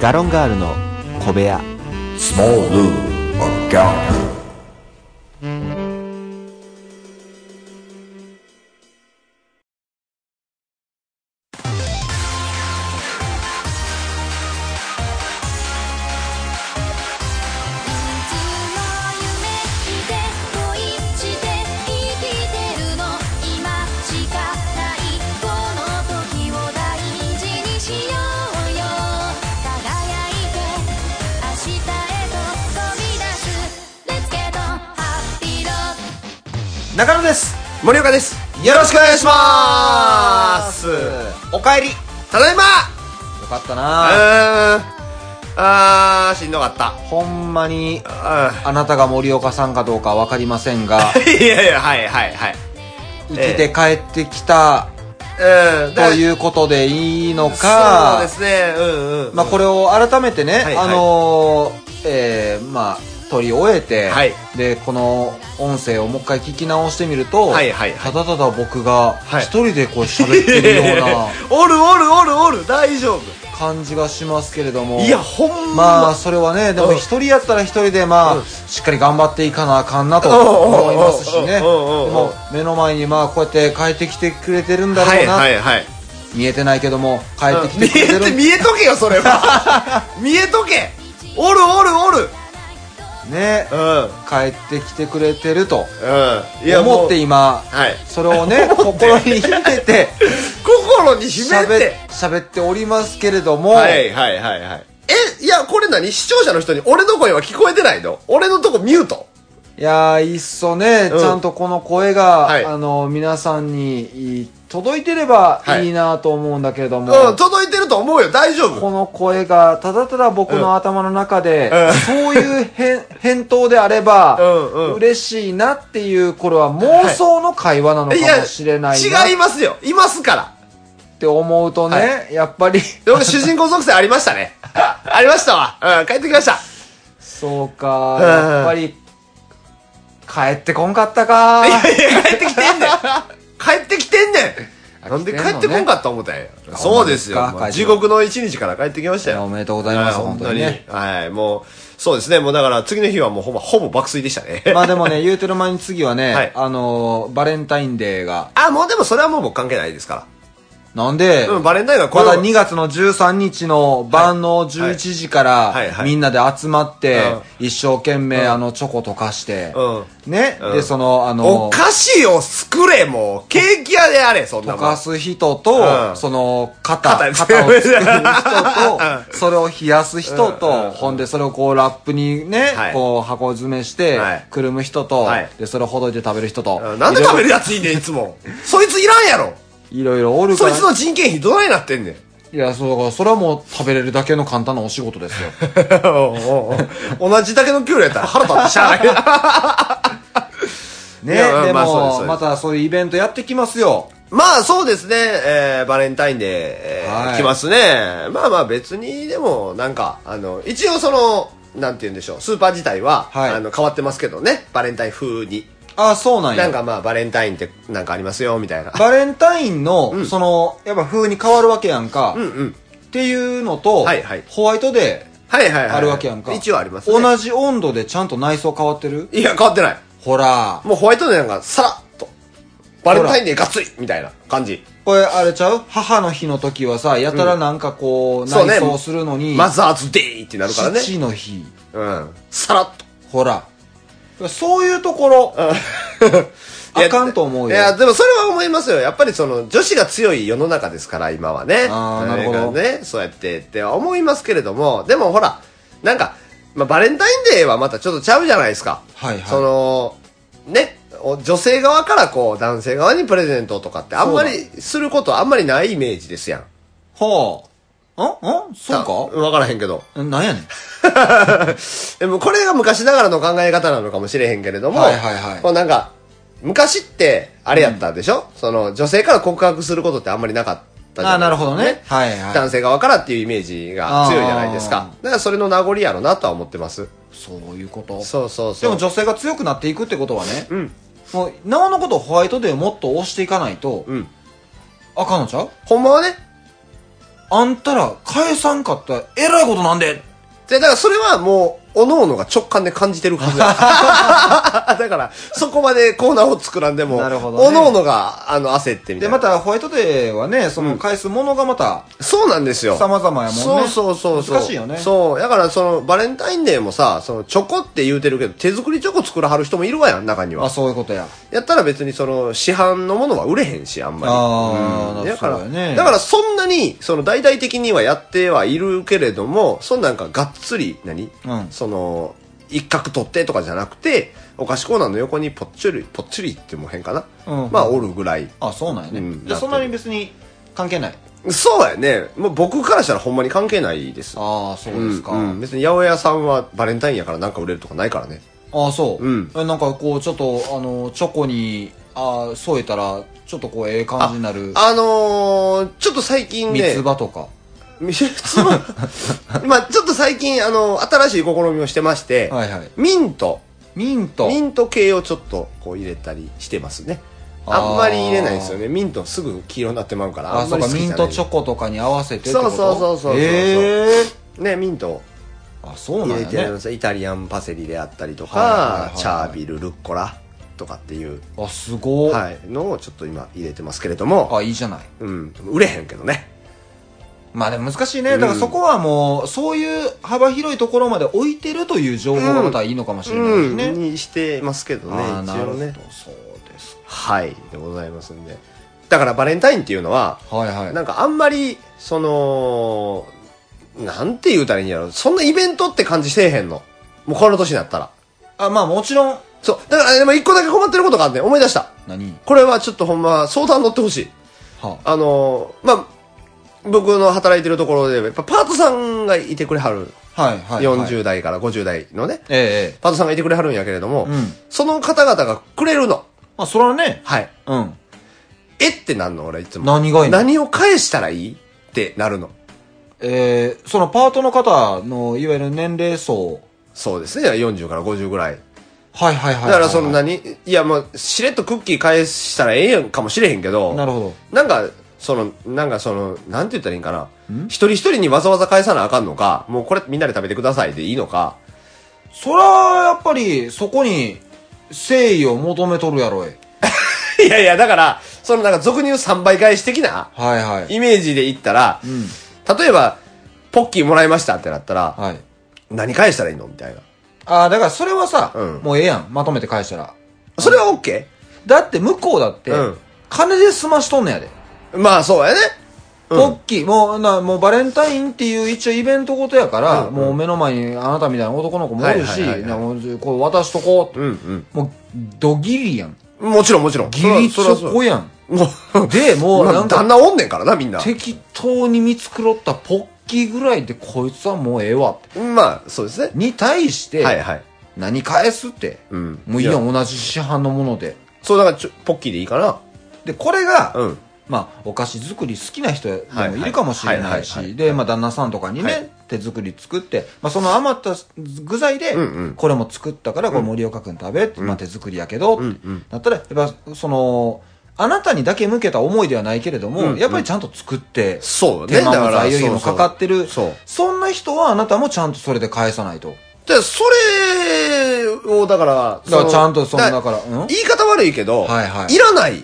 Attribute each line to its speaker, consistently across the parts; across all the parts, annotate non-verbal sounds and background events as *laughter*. Speaker 1: ガロンガールの小部屋
Speaker 2: Small Lou or Gallo.
Speaker 3: いつも夢で恋して生きてるの今しかないこの時を大事にしようよ輝いて明日へと飛び出す Let's get on Happy Road
Speaker 4: 中野です
Speaker 5: 森岡です
Speaker 4: よろしくお願いしますおかえりよ
Speaker 5: ただいま
Speaker 4: かった
Speaker 5: う
Speaker 4: な
Speaker 5: ーんあーしんどかった
Speaker 4: ほんまに
Speaker 5: あ
Speaker 4: あなたが森岡さんかどうかわかりませんが
Speaker 5: ー *laughs* いやいやはいはいはい
Speaker 4: 生きて帰ってきた
Speaker 5: うん
Speaker 4: と
Speaker 5: う
Speaker 4: いうことでいいの
Speaker 5: そう
Speaker 4: か
Speaker 5: ですねうんうん
Speaker 4: まあ、これを改めてね、
Speaker 5: はい
Speaker 4: あのーえーまあ撮り終えて、
Speaker 5: はい
Speaker 4: でこの音声をもう一回聞き直してみると、
Speaker 5: はいはいはい
Speaker 4: ただただ僕が
Speaker 5: はい
Speaker 4: 一人でこう喋ってるよう
Speaker 5: おるおるおるおる大丈夫
Speaker 4: な感じがしますけれども
Speaker 5: いやほん
Speaker 4: ま
Speaker 5: ま
Speaker 4: あそれはねでも
Speaker 5: うん
Speaker 4: 一人やったら一人でまあ、
Speaker 5: うん
Speaker 4: しっかり頑張っていかなあかんなと
Speaker 5: うんうんうん
Speaker 4: 思いますしねで
Speaker 5: うんうんうん
Speaker 4: も目の前にまあこうやって帰ってきてくれてるんだ
Speaker 5: は
Speaker 4: ろう
Speaker 5: い
Speaker 4: な、
Speaker 5: はいはい
Speaker 4: 見えてないけども帰ってき
Speaker 5: 見
Speaker 4: て
Speaker 5: え
Speaker 4: くれてるんだ
Speaker 5: て見えとけよそれは *laughs* 見えとけおるおるおる
Speaker 4: ね
Speaker 5: うん
Speaker 4: 帰ってきてくれてると
Speaker 5: うんいやもう
Speaker 4: 思って今
Speaker 5: はい
Speaker 4: それを
Speaker 5: *laughs*
Speaker 4: ね心に秘めて
Speaker 5: 心に *laughs* 秘め
Speaker 4: 喋って喋っておりますけれども、
Speaker 5: はいはいはいはいえいやこれ何視聴者の人に俺の声は聞こえてないの俺のとこミュート
Speaker 4: いやーいっそね、
Speaker 5: うん
Speaker 4: ちゃんとこの声が、
Speaker 5: はい
Speaker 4: あの皆さんに届いてれば
Speaker 5: はい
Speaker 4: いいなと思うんだけれども、
Speaker 5: うん届いてると思うよ大丈夫
Speaker 4: この声がただただ僕の頭の中で、
Speaker 5: うん
Speaker 4: そういう返 *laughs* 返答であれば、
Speaker 5: うんうん
Speaker 4: 嬉しいなっていうこれは妄想の会話なのか
Speaker 5: いや
Speaker 4: もしれないな
Speaker 5: 違いますよいますから
Speaker 4: って思うとね、
Speaker 5: は
Speaker 4: やっぱり
Speaker 5: でも主人公属性ありましたね *laughs* あありましたわうん帰ってき
Speaker 4: *laughs*
Speaker 5: ました
Speaker 4: そうか、
Speaker 5: うん
Speaker 4: やっぱり、帰ってこんかったか。
Speaker 5: いや帰ってきてんねん *laughs* 帰ってきてんねんなんで帰ってこんかった思ったんやそうですよ
Speaker 4: ほんま
Speaker 5: もう
Speaker 4: ですか
Speaker 5: 地獄の一日から帰ってきましたよ
Speaker 4: おめでとうございます
Speaker 5: は
Speaker 4: 本当にね
Speaker 5: はいもうそうですねもうだから次の日はもうほぼほぼ爆睡でしたね
Speaker 4: まあでもね、言うてる前に次はね、
Speaker 5: はい
Speaker 4: あのー、バレンタインデーが、
Speaker 5: あもうでもそれはもう僕関係ないですか
Speaker 4: なんで、
Speaker 5: らうんバレンタインがこ
Speaker 4: ま
Speaker 5: れ
Speaker 4: だ
Speaker 5: は
Speaker 4: 2月の13日の晩の11時か
Speaker 5: はいは
Speaker 4: ら、
Speaker 5: い
Speaker 4: みんなで集まって
Speaker 5: は、
Speaker 4: 一生懸命、
Speaker 5: うん
Speaker 4: あの、チョコ溶かして、
Speaker 5: う
Speaker 4: ね、
Speaker 5: うん
Speaker 4: で、その、あの
Speaker 5: お菓子を作れもうケーキ屋であれそんな
Speaker 4: 溶
Speaker 5: もん
Speaker 4: かす人と、
Speaker 5: うん
Speaker 4: その肩
Speaker 5: 肩
Speaker 4: 肩
Speaker 5: です
Speaker 4: を作
Speaker 5: *laughs*
Speaker 4: る人と、それを冷やす人と、
Speaker 5: うんうん
Speaker 4: ほんでそれをこうラップにね、
Speaker 5: はい
Speaker 4: こう箱詰めして、
Speaker 5: はい
Speaker 4: くるむ人と、
Speaker 5: はい
Speaker 4: でそれをほどいて食べる人と、
Speaker 5: うんなんで食べるやついんねんい
Speaker 4: *laughs*
Speaker 5: つもそいついらんやろ
Speaker 4: いろいろおるか
Speaker 5: そい
Speaker 4: ら
Speaker 5: つの人件費どないなって
Speaker 4: *laughs*
Speaker 5: んねん
Speaker 4: いやそうだからそれはもう食べれるだけの簡単なお仕事ですよ
Speaker 5: おうおうおう同じだけの給料やったら腹立ってしゃあな
Speaker 4: *laughs*
Speaker 5: い
Speaker 4: ね
Speaker 5: いや
Speaker 4: でも、
Speaker 5: まあそうですそうです
Speaker 4: またそういうイベントやってきますよ
Speaker 5: まあそうですね、えーバレンタインデー、えー
Speaker 4: はい
Speaker 5: 来ますね。まあまあ別に、でもなんか、あの、一応その、なんて言うんでしょう、スーパー自体は、
Speaker 4: はい
Speaker 5: あの変わってますけどね、バレンタイン風に。
Speaker 4: ああそうなんや
Speaker 5: なんかまあバレンタインってなんかありますよ、みたいな。
Speaker 4: バレンタインの、
Speaker 5: ん
Speaker 4: そのやっぱ風に変わるわけやんか、
Speaker 5: うん
Speaker 4: っ
Speaker 5: うん。
Speaker 4: ていうのと、
Speaker 5: はいはい
Speaker 4: ホワイトデー
Speaker 5: はいはいはい。
Speaker 4: あるわけやんか。
Speaker 5: 一応ありますね。
Speaker 4: 同じ温度でちゃんと内装変わってる
Speaker 5: いや、変わってない。
Speaker 4: ほら。
Speaker 5: もうホワイトデーなんかさらっと、バレンタインデーがっつりみたいな感じ。
Speaker 4: これあれちゃう母の日の時はさ、やたらなんかこう、
Speaker 5: そうね
Speaker 4: 内装するのに、
Speaker 5: マザーズデーってなるからね。
Speaker 4: 父の日。
Speaker 5: うん。さらっと。
Speaker 4: ほら。そういうところ、
Speaker 5: い
Speaker 4: *laughs*
Speaker 5: や
Speaker 4: あかんと思うよ
Speaker 5: いや、でもそれは思いますよ。やっぱりその、女子が強い世の中ですから、今はね。
Speaker 4: あーなるほど
Speaker 5: だからね、そうやってって思いますけれども、でもほら、なんか、まあ、バレンタインデーはまたちょっとちゃうじゃないですか。
Speaker 4: はいはい
Speaker 5: その、ね、お女性側からこう、男性側にプレゼントとかって、あんまりすることあんまりないイメージですやん。
Speaker 4: ほう。んんそう
Speaker 5: わからへんけど。
Speaker 4: かんなんやねん。
Speaker 5: でもこれが昔ながらの考え方なのかもしれへんけれども、
Speaker 4: はいはいはい
Speaker 5: こうなんか、昔って、あれやったでしょ、その、女性から告白することってあんまりなかったじゃ
Speaker 4: あ
Speaker 5: な
Speaker 4: あ、な
Speaker 5: い
Speaker 4: るほどね。はいはい。
Speaker 5: 男性側からっていうイメージが強いじゃないですか
Speaker 4: あ。
Speaker 5: だからそれの名残やろなとは思ってます。
Speaker 4: そういうこと。
Speaker 5: そうそうそ
Speaker 4: で
Speaker 5: う。
Speaker 4: も女性が強くなっていくってことはね、
Speaker 5: うん。
Speaker 4: もう、なおのことをホワイトデーをもっと押していかないと、
Speaker 5: うん。
Speaker 4: あかんのちゃう
Speaker 5: ほんまはね、
Speaker 4: あんたら返さんかったらえらいことなんで
Speaker 5: じゃあだからそれはもう、おのおのが直感で感じてるは
Speaker 4: *laughs*
Speaker 5: ずだ。だから、そこまでコーナーを作らんでも、
Speaker 4: なるほどね
Speaker 5: おのおのが、あの、焦って
Speaker 4: で、
Speaker 5: みたいな。
Speaker 4: またホワイトデーはね、その返すものがまた、
Speaker 5: そうなんですよ。
Speaker 4: 様々やもんね
Speaker 5: そうそうそうそう。
Speaker 4: 難しいよね
Speaker 5: そう。だから、その、バレンタインデーもさ、その、チョコって言うてるけど、手作りチョコ作らはる人もいるわやん、中に
Speaker 4: あ、
Speaker 5: は。
Speaker 4: そういうことや。
Speaker 5: やったら別に、その、市販のものは売れへんし、あんまり。
Speaker 4: あー
Speaker 5: うん
Speaker 4: だ
Speaker 5: だ
Speaker 4: か
Speaker 5: からら、
Speaker 4: そうだよね
Speaker 5: だからそんなに、その、大々的にはやってはいるけれども、そんなんか、がっつり、何、
Speaker 4: うん
Speaker 5: その、一角取ってとかじゃなくて、お菓子コーナーの横にぽっちょり、ぽっちりって言っても変かな。
Speaker 4: うん
Speaker 5: まあ、おるぐらい。
Speaker 4: あ、そうなんやね。
Speaker 5: うん
Speaker 4: じゃあそんなに別に関係ない。
Speaker 5: そうやね。もう僕からしたらほんまに関係ないです。
Speaker 4: ああ、そうですか。
Speaker 5: うんうん別に八百屋さんはバレンタインやからなんか売れるとかないからね
Speaker 4: ああ、そう。
Speaker 5: うん
Speaker 4: えなんかこう、ちょっと、あの、チョコに、ああ、添えたら、ちょっとこう、ええ感じになる。
Speaker 5: あのー、ちょっと最近
Speaker 4: 三
Speaker 5: ね
Speaker 4: つ葉とか。
Speaker 5: 三つ葉
Speaker 4: *laughs*
Speaker 5: まあちょっと最近あの新しい試みをしてまして、
Speaker 4: はいはい。
Speaker 5: ミント
Speaker 4: ミント。
Speaker 5: ミント系をちょっとこう入れたりしてますね
Speaker 4: あー
Speaker 5: あんまり入れないですよねミントすぐ黄色になってまうから
Speaker 4: あ
Speaker 5: あ
Speaker 4: あ、
Speaker 5: ん
Speaker 4: そ
Speaker 5: ま
Speaker 4: うか、
Speaker 5: り好きじ
Speaker 4: ミ
Speaker 5: ゃ
Speaker 4: ン
Speaker 5: ない
Speaker 4: トチョコとかに合わせてってこと
Speaker 5: そうそうそうそうそう
Speaker 4: ええ
Speaker 5: ねミントを
Speaker 4: あ、そう
Speaker 5: 入
Speaker 4: なん
Speaker 5: れ
Speaker 4: や
Speaker 5: てあり
Speaker 4: ね
Speaker 5: ま。す、イタリアンパセリであったりとか、
Speaker 4: はいはいはいはい
Speaker 5: チャービルルッコラとかっていう、
Speaker 4: あ、すごい。
Speaker 5: はい、のをちょっと今入れてますけれども
Speaker 4: あ、いいじゃない。
Speaker 5: うん、売れへんけどね。
Speaker 4: まあでも難しいね。だからそこはもう、そういう幅広いところまで置いてるという情報がまたいいのかもしれないですね。
Speaker 5: にしてますけどね、
Speaker 4: ああ、
Speaker 5: 一
Speaker 4: なるほ
Speaker 5: 応
Speaker 4: ど。
Speaker 5: ね。
Speaker 4: そうです
Speaker 5: はい、でございますんで。だからバレンタインっていうのは、
Speaker 4: か。はいはい。
Speaker 5: なんかあんまり、その、なんて言うたらいいんやろ、そんなイベントって感じせえへんの。もうこの年になったら。
Speaker 4: あ、まあもちろん、
Speaker 5: そう、だからでも一個だけ困ってることがあって思い出した。
Speaker 4: 何
Speaker 5: これはちょっとほんま相談乗ってほしい。
Speaker 4: は
Speaker 5: あのーまあ、僕の働いてるところで、やっぱパートさんがいてくれはる。
Speaker 4: あ、はいはい、はい。
Speaker 5: 40代から50代のね、
Speaker 4: ええ。
Speaker 5: パートさんがいてくれはるんやけれども、
Speaker 4: うん
Speaker 5: その方々がくれるの。
Speaker 4: まあそれはね、
Speaker 5: はい。
Speaker 4: うん。
Speaker 5: えってなんの俺いつも。
Speaker 4: 何がいいの
Speaker 5: 何を返したらいいってなるの。
Speaker 4: えー、そのパートの方の、いわゆる年齢層。
Speaker 5: そうですね。40から50ぐらい。
Speaker 4: はいはいはいはい、
Speaker 5: だからその
Speaker 4: な、
Speaker 5: 何、いやもう、しれっとクッキー返したらええやんかもしれへんけど、
Speaker 4: なるほど。
Speaker 5: なんか、その、なんかその、なんて言ったらいいんかな。一人一人にわざわざ返さなあかんのか、もうこれみんなで食べてくださいでいいのか、 *laughs*
Speaker 4: そら、やっぱり、そこに、誠意を求めとるやろい。
Speaker 5: いやいや、だから、そのなんか俗に言う3倍返し的な
Speaker 4: はいはい。
Speaker 5: イメージで言ったら、
Speaker 4: うん。
Speaker 5: 例えば、ポッキーもらいましたってなったら、
Speaker 4: はい。
Speaker 5: 何返したらいいのみたいな。
Speaker 4: ああ、だからそれはさ、
Speaker 5: うん
Speaker 4: もうええやん。まとめて返したら。
Speaker 5: それは OK?
Speaker 4: だって向こうだって、
Speaker 5: うん
Speaker 4: 金で済ましとんねやで。
Speaker 5: まあそうやね。
Speaker 4: ポッキー、もう、な、もうバレンタインっていう一応イベントごとやから、
Speaker 5: うんうん
Speaker 4: もう目の前にあなたみたいな男の子もおるし、
Speaker 5: はいはいはいはい
Speaker 4: なもうこう渡しとこう、
Speaker 5: うん
Speaker 4: もう、ドギリやん。
Speaker 5: うん。もちろんもちろん。
Speaker 4: ギリチ
Speaker 5: そら
Speaker 4: ョ
Speaker 5: そら
Speaker 4: コ
Speaker 5: そう
Speaker 4: やん。
Speaker 5: もう、
Speaker 4: で、もう
Speaker 5: まあ
Speaker 4: なん
Speaker 5: 旦
Speaker 4: か、
Speaker 5: 那おんねんからな、みんな。
Speaker 4: 適当に見繕ったポッキーぐらいでこいつはもうええわって。
Speaker 5: まあ、そうですね。
Speaker 4: に対して、
Speaker 5: はいはい。
Speaker 4: 何返すって。
Speaker 5: うん
Speaker 4: もういいや
Speaker 5: い
Speaker 4: ん、同じ市販のもので。
Speaker 5: そう、だからちょ、ポッキーでいいかな。
Speaker 4: で、これが、
Speaker 5: うん。
Speaker 4: まあ、お菓子作り好きな人で
Speaker 5: はい
Speaker 4: も
Speaker 5: はい
Speaker 4: いるかもしれない
Speaker 5: はいはいは
Speaker 4: し、
Speaker 5: い
Speaker 4: で、まあ、旦那さんとかにね、
Speaker 5: はい
Speaker 4: 手作り作って、まあ、その余った具材で
Speaker 5: うんうん、
Speaker 4: これも作ったから、これ森岡くん食べって、まあ、手作りやけど、
Speaker 5: んうん
Speaker 4: だったら、やっぱ、その、あなたにだけ向けた思いではないけれども、
Speaker 5: うんうん
Speaker 4: やっぱりちゃんと作って、
Speaker 5: そうね。
Speaker 4: 手
Speaker 5: だ
Speaker 4: 間
Speaker 5: か
Speaker 4: も
Speaker 5: ら、
Speaker 4: 材料費も
Speaker 5: そうそ
Speaker 4: か
Speaker 5: う
Speaker 4: かってる。
Speaker 5: そう。
Speaker 4: そんな人はあなたもちゃんとそれで返さないと。
Speaker 5: で、それを、だから、
Speaker 4: だからちゃんとその
Speaker 5: だ
Speaker 4: だからうん
Speaker 5: 言い方悪いけど、
Speaker 4: はいはい
Speaker 5: らない。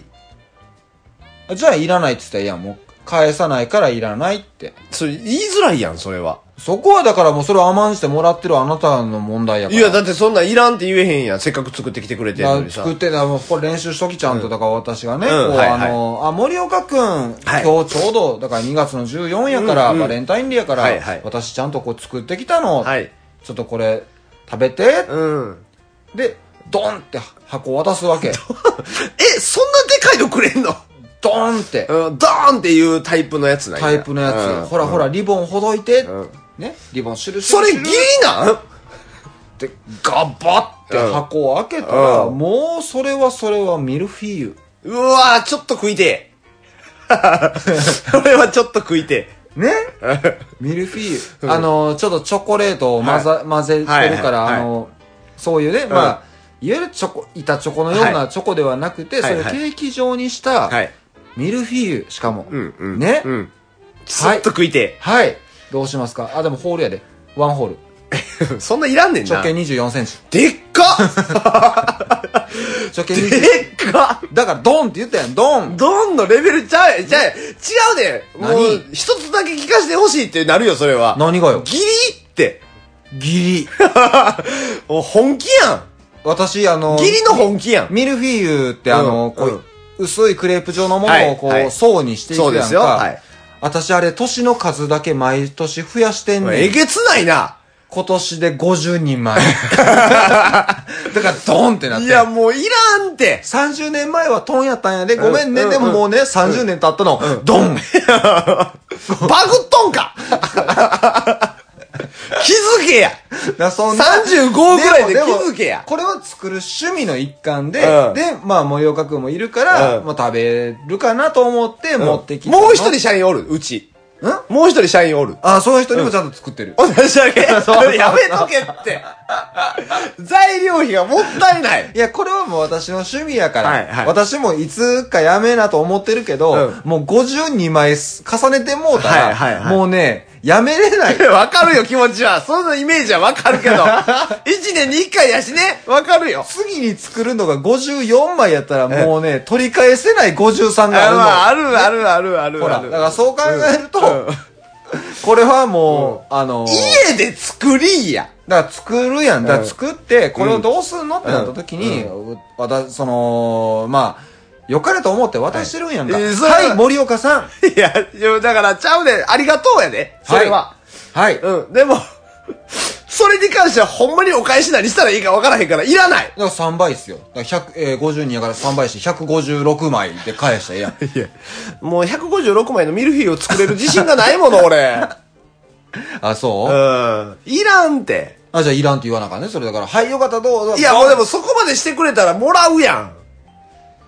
Speaker 4: じゃあ、いらないって言ったら、いや、もう、返さないからいらないって。
Speaker 5: それ、言いづらいやん、それは。
Speaker 4: そこはだからもうそれを甘んじてもらってるあなたの問題やか
Speaker 5: い
Speaker 4: ら。
Speaker 5: や、だってそんなんいらんって言えへんやん。せっかく作ってきてくれてるの
Speaker 4: だ
Speaker 5: にさ
Speaker 4: 作っ。てたもうこれ練習しときちゃんと、だから私がね、
Speaker 5: うん
Speaker 4: こう、
Speaker 5: はいはい
Speaker 4: あの、あ、森岡くん、
Speaker 5: はい
Speaker 4: 今日ちょうど、だから2月の14やから、
Speaker 5: うんうん
Speaker 4: バレンタインデーやから、
Speaker 5: はいはい
Speaker 4: 私ちゃんとこう作ってきたの、
Speaker 5: はい。
Speaker 4: ちょっとこれ食べて、
Speaker 5: うん。
Speaker 4: で、ドンって箱渡すわけ。
Speaker 5: *laughs* え、そんなでかいのくれんの
Speaker 4: ドンって、
Speaker 5: うん、ドーンっていうタイプのやつなんや
Speaker 4: タイプのやつ、
Speaker 5: うん
Speaker 4: ほらほら、リボンほどいて、
Speaker 5: ん
Speaker 4: ね、リボンシュルシュ
Speaker 5: そ
Speaker 4: ル
Speaker 5: れ
Speaker 4: シ
Speaker 5: ギ
Speaker 4: ュル
Speaker 5: リなん
Speaker 4: って、ガバって箱を開けたら、
Speaker 5: うん
Speaker 4: もうそれはそれはミルフィーユ。
Speaker 5: うわー、ちょっと食いて *laughs* え。それはちょっと食いて
Speaker 4: ね
Speaker 5: *laughs*
Speaker 4: ミルフィーユ。あの、ちょっとチョコレートを混ざ、混ぜてるから、
Speaker 5: はいはいはい
Speaker 4: あの、そういうね、まあ、いわゆるチョコ、板チョコのようなチョコではなくて、
Speaker 5: はい
Speaker 4: それをケーキ状にした
Speaker 5: え。、はい。
Speaker 4: ミルフィーユ、しかも、
Speaker 5: うんうん。
Speaker 4: ね、
Speaker 5: うん。スッと食いて
Speaker 6: はい。どうしますかあ、でもホールやで。ワンホール。
Speaker 5: えそんないらんねん
Speaker 6: 直
Speaker 5: な
Speaker 6: 径24センチ。
Speaker 5: でっか
Speaker 6: 直径
Speaker 5: で
Speaker 6: 20。
Speaker 5: っか
Speaker 6: だからドンって言ったやん、ドン
Speaker 5: どんのレベルちゃうやんちゃうやん違うねんもう
Speaker 6: 何
Speaker 5: 一つだけ聞かせてほしいってなるよそれは
Speaker 6: 何がよ
Speaker 5: ギリって
Speaker 6: ギリ。
Speaker 5: もう本気や
Speaker 6: 私、あの
Speaker 5: ん、ギリの本気やん
Speaker 6: ミルフィーユってあの、
Speaker 5: うん
Speaker 6: こう、
Speaker 5: うん
Speaker 6: 薄いクレープ状のものをこう、
Speaker 5: はいはい
Speaker 6: 層にしていくや
Speaker 5: そ
Speaker 6: ん
Speaker 5: う
Speaker 6: か。
Speaker 5: ですよはい
Speaker 6: 私あれ、年の数だけ毎年増やしてんね
Speaker 5: え
Speaker 6: ん。
Speaker 5: げつないな
Speaker 6: 今年で50
Speaker 5: *laughs*
Speaker 6: 人前。だから、ドンってなって。
Speaker 5: いやもういらんって
Speaker 6: 30年前はトンやったんやで、ごめんね。
Speaker 5: うん
Speaker 6: でももうね、30年経ったの、ドン
Speaker 5: バグっとんか *laughs* 気づけや
Speaker 6: だそんな
Speaker 5: 35ぐらいで気づけや
Speaker 6: これは作る趣味の一環で、
Speaker 5: うん
Speaker 6: で、まあ、森岡くんもいるから、
Speaker 5: うん
Speaker 6: まあ、食べるかなと思って持ってきたの、
Speaker 5: もう一人社員おるうち
Speaker 6: ん
Speaker 5: もう一人社員おる
Speaker 6: あ、そういう人にもちゃんと作ってる。
Speaker 5: 同じだけ *laughs*
Speaker 6: そう
Speaker 5: やめとけって材料費がもったいない *laughs*
Speaker 6: いや、これはもう私の趣味やから、
Speaker 5: はいはい
Speaker 6: 私もいつかやめえなと思ってるけど、
Speaker 5: うん
Speaker 6: もう52枚す重ねてもうたら、
Speaker 5: はいはいはい
Speaker 6: もうね、やめれない。
Speaker 5: わかるよ気持ちはそのイメージはわかるけ
Speaker 6: *laughs*
Speaker 5: ど一年に一回やしねわかる *laughs* よ
Speaker 6: 次に作るのが54枚やったらもうね、取り返せない53があるの。
Speaker 5: あるあるあるあるある
Speaker 6: ほら、
Speaker 5: あ
Speaker 6: だ
Speaker 5: る
Speaker 6: からそう考えると、
Speaker 5: うんうん
Speaker 6: これはもう、あのー
Speaker 5: 家で作りや
Speaker 6: だから作るやん。だから作って、これをどうすんのってなった時に、
Speaker 5: う
Speaker 6: 私、その、まあ、良かれと思って渡してるんやんか。
Speaker 5: は
Speaker 6: はいい、、
Speaker 5: えーそれはい
Speaker 6: 森岡さん。
Speaker 5: *laughs* いや、でもだからちゃうで、ありがとうやで、それは。
Speaker 6: はい。だか
Speaker 5: うん、でも、それに関してはほんまにお返し何したらいいか分からへんから、いらない。
Speaker 6: ら3倍っすよ。だから100、えー、50人やから3倍して、156枚で返したらええやん。
Speaker 5: もう156枚のミルフィーユを作れる自信がないもの、俺。
Speaker 6: あ、そうう、
Speaker 5: *laughs* ん。いらんって。
Speaker 6: あ、じゃあいらんって言わなあかんね。それだから、はい、よかった、どうぞ。
Speaker 5: いや、もうでもそこまでしてくれたらもらうや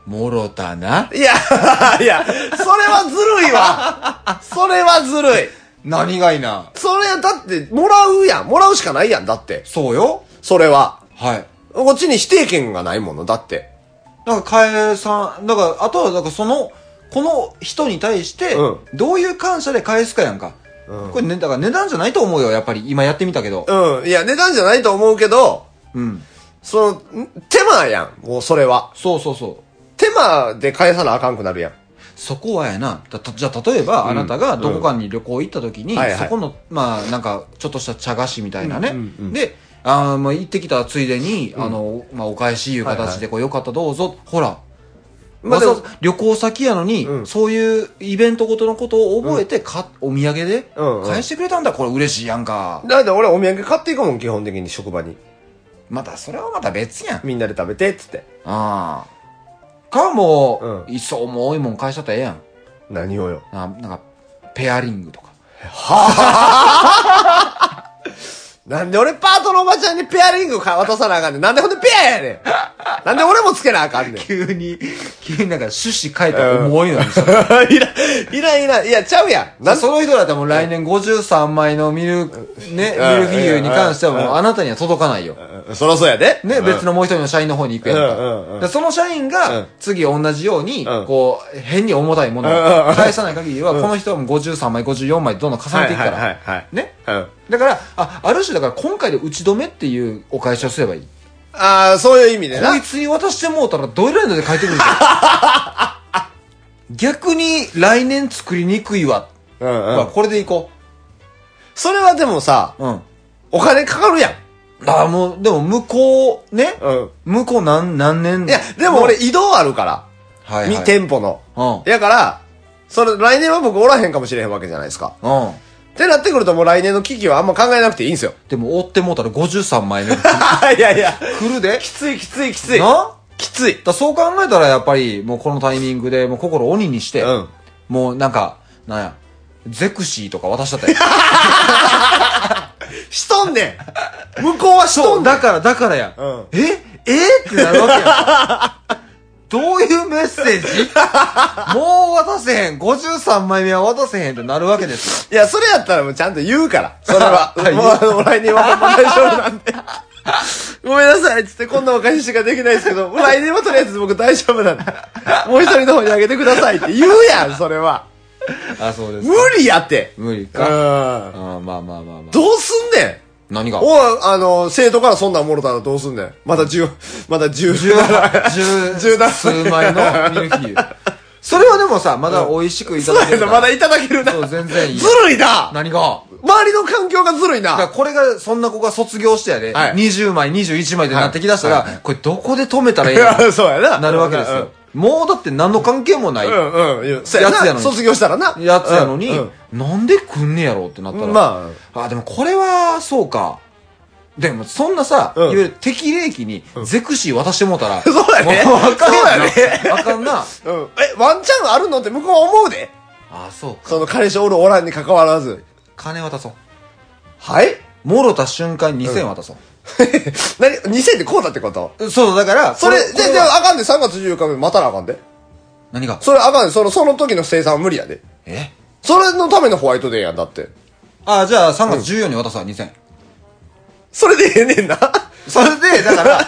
Speaker 6: もろたな。
Speaker 5: ん。いや、 *laughs* いや、それはずるいわ。それはずるい。
Speaker 6: 何がいな。
Speaker 5: それ、だって、もらうやん。もらうしかないやん、だって。
Speaker 6: そうよ。
Speaker 5: それは。
Speaker 6: はい。
Speaker 5: こっちに否定権がないもの、だって。
Speaker 6: なんか、カエさん、だから、あとは、なんかその、この人に対して
Speaker 5: うん、
Speaker 6: どういう感謝で返すかやんか。これね、だから値段じゃないと思うよ、やっぱり。今やってみたけど。
Speaker 5: うん。いや、値段じゃないと思うけど、
Speaker 6: うん。
Speaker 5: その、ん手間やん。もうそれは。
Speaker 6: そうそうそう。
Speaker 5: 手間で返さなあかんくなるやん。
Speaker 6: そこはやな。だたじゃあ、例えば、あなたがどこかに旅行行った時に、
Speaker 5: はいはい
Speaker 6: そこの、まあ、なんか、ちょっとした茶菓子みたいなね。で、あーまあ、行ってきたついでに、あの、まあ、お返しいう形で、こう、よかった、どうぞ。ほら。
Speaker 5: まあ
Speaker 6: ま
Speaker 5: でも
Speaker 6: ず旅行先やのに、
Speaker 5: うん
Speaker 6: そういうイベントごとのことを覚えてか、お土産で
Speaker 5: うんうん
Speaker 6: 返してくれたんだ、これ嬉しいやんか。
Speaker 5: だって俺お土産買っていくもん、基本的に職場に。
Speaker 6: また、それはまた別やん。
Speaker 5: みんなで食べて、っつって。
Speaker 6: ああ。かも
Speaker 5: う
Speaker 6: う、いっそ重いもん返しちゃったらええやん。
Speaker 5: 何をよ。
Speaker 6: ななんか、ペアリングとか。
Speaker 5: なんで俺パートのおばちゃんにペアリングか渡さなあかんねん。なんでほんでペアやねん。なんで俺もつけなあかんねん。
Speaker 6: 急に、急になんか趣旨変えたら重いのにさ。
Speaker 5: *laughs* いらん、いらん、いらん。いや、ちゃうやん。 *laughs* なん
Speaker 6: その人だったらもう来年53枚のミル、ね、ミルフィーユに関してはもうあなたには届かないよ。
Speaker 5: そ *laughs* らそうやで。
Speaker 6: ね、別のもう一人の社員の方に行くやんか。
Speaker 5: うんうんうん
Speaker 6: でその社員
Speaker 5: う
Speaker 6: が
Speaker 5: ん、
Speaker 6: 次同じように、
Speaker 5: うん
Speaker 6: こう、変に重たいもの
Speaker 5: うんうんう
Speaker 6: を
Speaker 5: ん
Speaker 6: 返さない限りは、この人はもう53枚、54枚どんどん重ねていくから。
Speaker 5: はいはいはいはい
Speaker 6: ね。
Speaker 5: うん。
Speaker 6: だから、あ、ある種だから今回で打ち止めっていうお返しをすればいい。こ
Speaker 5: ああ、そういう意味でな。
Speaker 6: いつに渡してもうたらどえらいので返ってく *laughs* るんですよ。逆に来年作りにくいわ。
Speaker 5: うん
Speaker 6: まあこれでいこ
Speaker 5: それはでもさ、
Speaker 6: う。うん。
Speaker 5: お金かかるやん。
Speaker 6: ああ、もう、でも向こう、ね。
Speaker 5: うん
Speaker 6: 向こう何、何年
Speaker 5: いや、でも俺、移動あるから。
Speaker 6: はい、はい。
Speaker 5: み店舗の。
Speaker 6: う
Speaker 5: やから、それ、来年は僕おらへんかもしれへんわけじゃないですか。
Speaker 6: ん。うん。
Speaker 5: ってなってくるともう来年の危機はあんま考えなくていいんですよ。
Speaker 6: でも追ってもうたら53枚目。
Speaker 5: *laughs* いやいや。
Speaker 6: *laughs* 来るで。
Speaker 5: きついきついきつい。
Speaker 6: な
Speaker 5: きつい。
Speaker 6: だそう考えたらやっぱり、もうこのタイミングで、もう心鬼にして、
Speaker 5: うん
Speaker 6: もうなんか、なんや、ゼクシーとか渡しちゃったよ。
Speaker 5: しとんね *laughs* ん向こうはしと
Speaker 6: そ
Speaker 5: ん
Speaker 6: う、
Speaker 5: ねん
Speaker 6: だから、だからや。
Speaker 5: うん
Speaker 6: ええってなるわけや。 *laughs* どういうメッセージ
Speaker 5: *laughs*
Speaker 6: もう渡せへん。53枚目は渡せへんってなるわけですよ。
Speaker 5: いや、それやったらもうちゃんと言うから。 *laughs* それは。
Speaker 6: はい
Speaker 5: もう、来年はほんま大丈夫なん *laughs* で。ごめんなさいっつってこんなお返ししかできないですけど、来年はとりあえず僕大丈夫なんで。もう一人の方にあげてくださいって言うやん、それは。
Speaker 6: あ、そうです
Speaker 5: 無
Speaker 6: か。
Speaker 5: 理やって。
Speaker 6: 無理か。
Speaker 5: か。
Speaker 6: あまあまあまあまあ。
Speaker 5: どうすんね
Speaker 6: 何
Speaker 5: ん
Speaker 6: が
Speaker 5: おい、あの、生徒からそんなんもろたらどうすんねん。まだ10、まだ10、
Speaker 6: 十、
Speaker 5: *laughs* 十七
Speaker 6: 数枚のミルフィー
Speaker 5: *laughs*
Speaker 6: ユ。それはでもさ、まだ美味しくいた
Speaker 5: そう
Speaker 6: だ
Speaker 5: や
Speaker 6: ける
Speaker 5: な、
Speaker 6: から。
Speaker 5: まだいただけるな。
Speaker 6: そう、全然いい。
Speaker 5: ずるいな
Speaker 6: 何が
Speaker 5: 周りの環境がずるい
Speaker 6: だから
Speaker 5: な
Speaker 6: これが、そんな子が卒業してやで、
Speaker 5: はい
Speaker 6: 20枚、21枚でなってきだしたら、これどこで止めたらええ
Speaker 5: *laughs*
Speaker 6: の
Speaker 5: そうやな。
Speaker 6: なるわけですよ。もうだって何の関係もない。
Speaker 5: うんうん。うんうん。そうや
Speaker 6: やつ
Speaker 5: な。
Speaker 6: やのに
Speaker 5: 卒業したらな。
Speaker 6: やつやのに、
Speaker 5: うん
Speaker 6: なんで来んねやろうってなった
Speaker 5: う
Speaker 6: ら。
Speaker 5: んま
Speaker 6: あ。でもこれは、そうか。でも、そんなさ、
Speaker 5: うん
Speaker 6: いわゆる適齢期に、ゼクシー渡してもうたら、
Speaker 5: *laughs* そうだね
Speaker 6: もうあかんやな。
Speaker 5: そうだ
Speaker 6: あかんな。
Speaker 5: あ、うん。え、ワンチャンあるのって向こうは思うで。
Speaker 6: あ、そうか。
Speaker 5: その彼氏おるおらんに関わらず。 *laughs*
Speaker 6: 金渡そう。
Speaker 5: はい
Speaker 6: もろた瞬間に2000渡そう。
Speaker 5: 何 ?2000 ってこうだってこと
Speaker 6: そう、だから、
Speaker 5: それ、
Speaker 6: こ
Speaker 5: で、で、あかんで、3月14日まで待たなあかんで。
Speaker 6: 何が
Speaker 5: それあかんで、その、その時の生産は無理やで。
Speaker 6: え
Speaker 5: それのためのホワイトデーやんだって。
Speaker 6: あ、じゃあ3月14に渡すわ、2000。
Speaker 5: それでええねん *laughs* な。
Speaker 6: それで、
Speaker 5: *laughs*
Speaker 6: だから、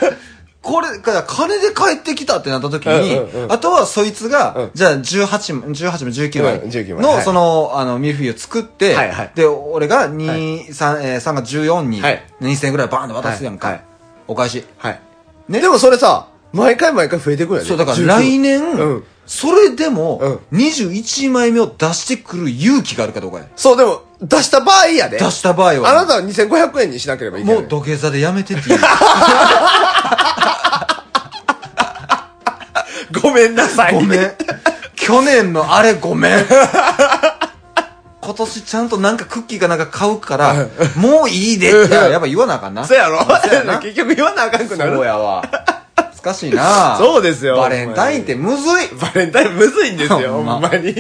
Speaker 6: これ、だから金で帰ってきたってなった時に、
Speaker 5: うんうんうん
Speaker 6: あとはそいつが、
Speaker 5: うん
Speaker 6: じゃあ18も、18も19枚
Speaker 5: うん19枚
Speaker 6: の、
Speaker 5: はい
Speaker 6: その、あの、ミルフィーユを作って、
Speaker 5: はいはい
Speaker 6: で、俺が2、3、えー、3月14に、
Speaker 5: はい
Speaker 6: 2000円ぐらいバーンと渡すやんか。
Speaker 5: はいはい
Speaker 6: お返し。
Speaker 5: はい。ね、でもそれさ、毎回毎回増えてくんやで。
Speaker 6: そう、だから
Speaker 5: 19
Speaker 6: 来年、
Speaker 5: うん。
Speaker 6: それでも、
Speaker 5: う
Speaker 6: 21枚目を出してくる勇気があるかどうかや。
Speaker 5: そう、でも、出した場合やで。
Speaker 6: 出した場合は。
Speaker 5: あなたは2500円にしなければいけない。
Speaker 6: もう土下座でやめてっていう。
Speaker 5: ごめんなさい。
Speaker 6: ごめん。去年のあれごめん。今年ちゃんとなんかクッキーかなんか買うから、もういいで
Speaker 5: *laughs*
Speaker 6: ってやっぱ言わなあかん
Speaker 5: *laughs*
Speaker 6: な。
Speaker 5: そうやろ
Speaker 6: そうや
Speaker 5: *laughs*
Speaker 6: な
Speaker 5: 結局言わなあかんくなる。
Speaker 6: そうやわ。難しいな
Speaker 5: *laughs* そうですよ
Speaker 6: バレンタインってむずい。
Speaker 5: *laughs* バレンタインむずいんですよ、
Speaker 6: ほ
Speaker 5: *laughs* ほ
Speaker 6: んま
Speaker 5: んまに。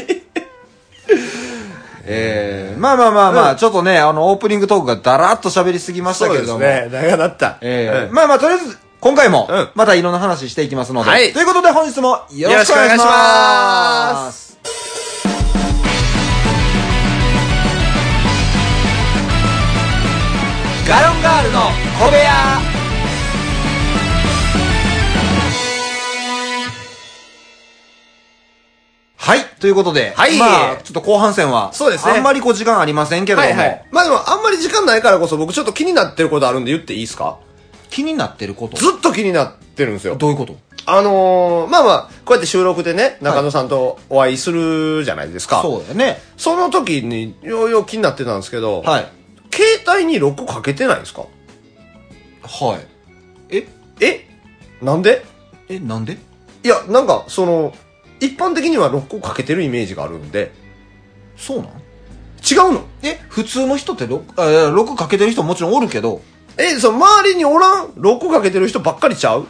Speaker 6: えー、まあまあまあまあ、ちょっとね、あの、オープニングトークがだらっと喋りすぎました
Speaker 5: そう
Speaker 6: け
Speaker 5: で
Speaker 6: れど
Speaker 5: す
Speaker 6: も。
Speaker 5: ね。長なった。
Speaker 6: えー、
Speaker 5: うん
Speaker 6: まあまあ、とりあえず、今回も
Speaker 5: うん、
Speaker 6: またいろんな話していきますので。
Speaker 5: はい
Speaker 6: ということで本日もよろしくお願いし
Speaker 5: よろしくお願いし
Speaker 6: ま。
Speaker 5: ます
Speaker 6: ガロンガールの小部屋はい。ということで、
Speaker 5: はい
Speaker 6: まあ、ちょっと後半戦は、
Speaker 5: そうですね
Speaker 6: あんまりこう時間ありませんけれど
Speaker 5: は
Speaker 6: も、
Speaker 5: いはい。まあでも、あんまり時間ないからこそ僕ちょっと気になってることあるんで言っていいですか
Speaker 6: 気になってること。
Speaker 5: ずっと気になってるんですよ。
Speaker 6: どういうこと
Speaker 5: あのー、まあまあ、こうやって収録でね、中野さんとお会いするじゃないですか。
Speaker 6: そうだよね。
Speaker 5: その時に、ようよう気になってたんですけど、
Speaker 6: はい。
Speaker 5: 携帯にロックかけてないんですか
Speaker 6: はい。え
Speaker 5: えなんで
Speaker 6: え、なんで
Speaker 5: いや、なんか、その、一般的にはロックをかけてるイメージがあるんで、
Speaker 6: そうなん
Speaker 5: 違うの
Speaker 6: え、普通の人ってロック、あいやロックかけてる人もちろんおるけど、
Speaker 5: え、その周りにおらんロックかけてる人ばっかりちゃう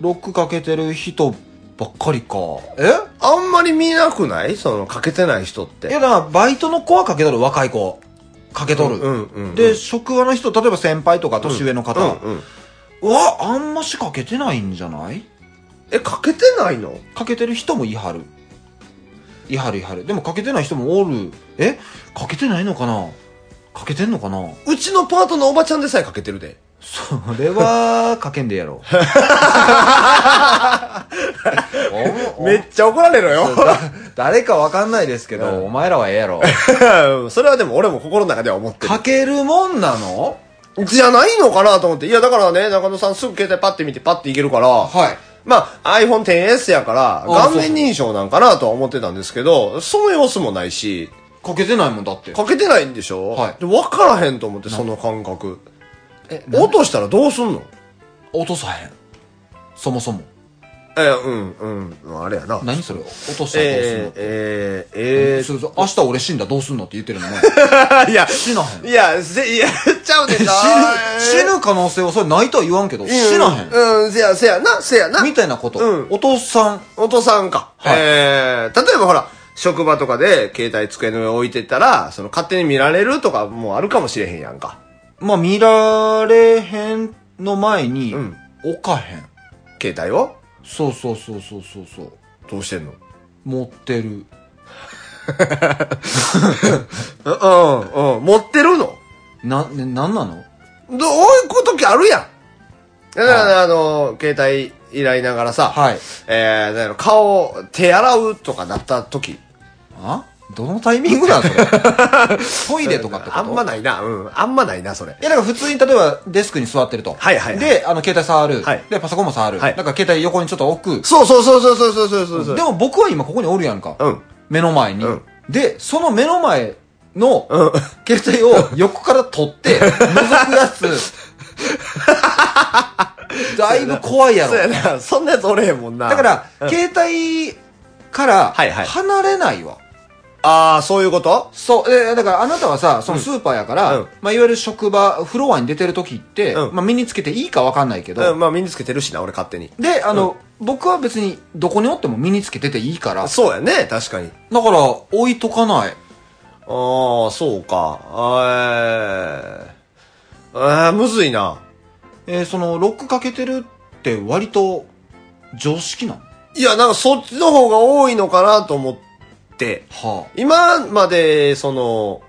Speaker 6: ロックかけてる人ばっかりか。え
Speaker 5: あんまり見なくないその、かけてない人っ
Speaker 6: いや、
Speaker 5: て。
Speaker 6: だからバイトの子はかけとる、若い子。かけとる。
Speaker 5: うんうんうん
Speaker 6: で、職場の人、例えば先輩とか年上の方、う
Speaker 5: うんうん。
Speaker 6: わ、あんましかけてないんじゃない
Speaker 5: え、かけてないの
Speaker 6: かけてる人もいはる。いはるいはる。でもかけてない人もおる。えかけてないのかなかけてんのかな
Speaker 5: うちのパートのおばちゃんでさえかけてるで。
Speaker 6: それは、かけんでやろう。
Speaker 5: めっちゃ怒られろよ。
Speaker 6: *laughs* 誰かわかんないですけど、
Speaker 5: うん
Speaker 6: お前らはええやろ。
Speaker 5: それはでも俺も心の中では思って
Speaker 6: かけるもんなの
Speaker 5: る。じゃないのかなと思って。いや、だからね、中野さんすぐ携帯パッて見てパッていけるから、
Speaker 6: はい。
Speaker 5: まあ iPhone XS やから、
Speaker 6: あ
Speaker 5: 顔面認証なんかなとは思ってたんですけど、その様子もないし、
Speaker 6: かけてないもんだって。
Speaker 5: かけてないんでしょ
Speaker 6: はい
Speaker 5: で、わからへんと思って、その感覚。
Speaker 6: え、
Speaker 5: 落としたらどうすんの
Speaker 6: 落とさへん。そもそも。
Speaker 5: え、うん、うん、あれやな。
Speaker 6: 何それ落としたらどうすんの
Speaker 5: えー、えー、え
Speaker 6: それそれ明日俺死んだらどうすんのって言ってるのね。
Speaker 5: ー、いや、
Speaker 6: *laughs* 死なへん。
Speaker 5: いや、せ、いや、ちゃうで
Speaker 6: 死ぬ
Speaker 5: な。、
Speaker 6: 死ぬ可能性はそれないとは言わんけど、死なへん。
Speaker 5: うんうん、せや、せやな、せやな。
Speaker 6: みたいなこと。
Speaker 5: うん
Speaker 6: お父さん。
Speaker 5: お父さんか。
Speaker 6: はい
Speaker 5: えー、例えばほら、職場とかで携帯机の上置いてたら、その勝手に見られるとかもあるかもしれへんやんか。
Speaker 6: まあ見られへんの前に、
Speaker 5: うん
Speaker 6: 置かへん。
Speaker 5: 携帯を
Speaker 6: そうそうそうそうそうそう。
Speaker 5: どうしてんの
Speaker 6: 持ってる。
Speaker 5: うん、うん、うん、持ってるの
Speaker 6: な、ね、なんなの
Speaker 5: どういう時あるやん。だから、あの、携帯依頼ながらさ、
Speaker 6: はい
Speaker 5: えー、なんやろ顔、手洗うとかなった時、
Speaker 6: あどのタイミングなん
Speaker 5: *laughs*
Speaker 6: それトイレとかってこと
Speaker 5: あんまないな。うん。あんまないな、それ。
Speaker 6: いや、だから普通に例えばデスクに座ってると。
Speaker 5: はいはいはい
Speaker 6: で、あの、携帯触る。
Speaker 5: はい
Speaker 6: で、パソコンも触る。
Speaker 5: はい
Speaker 6: だから携帯横にちょっと置く。
Speaker 5: そうそうそうそうそうそうそうそう。
Speaker 6: でも僕は今ここにおるやんか。
Speaker 5: うん
Speaker 6: 目の前に。
Speaker 5: うん
Speaker 6: で、その目の前の、携帯を横から取って、覗く
Speaker 5: *laughs*
Speaker 6: やつ。だいぶ怖いやろ
Speaker 5: そう。やな。そんなやつおれへんもんな。
Speaker 6: だから、携帯から
Speaker 5: はいはい
Speaker 6: 離れないわ。
Speaker 5: ああ、そういうこと
Speaker 6: そう、えーだからあなたはさ、そのスーパーやから、
Speaker 5: うん
Speaker 6: まあ、いわゆる職場、フロアに出てる時って、
Speaker 5: うん
Speaker 6: まあ、身につけていいかわかんないけど、
Speaker 5: うん、まあ身につけてるしな、俺勝手に。
Speaker 6: で、あの、僕は別にどこにおっても身につけてていいから、だ
Speaker 5: そうやね、確かに。
Speaker 6: から置いとかない。
Speaker 5: ああ、そうか。えー、あーむずいな。
Speaker 6: えーその、ロックかけてるって割と常識なの
Speaker 5: いや、なんかそっちの方が多いのかなと思って。
Speaker 6: は
Speaker 5: 今まで、その、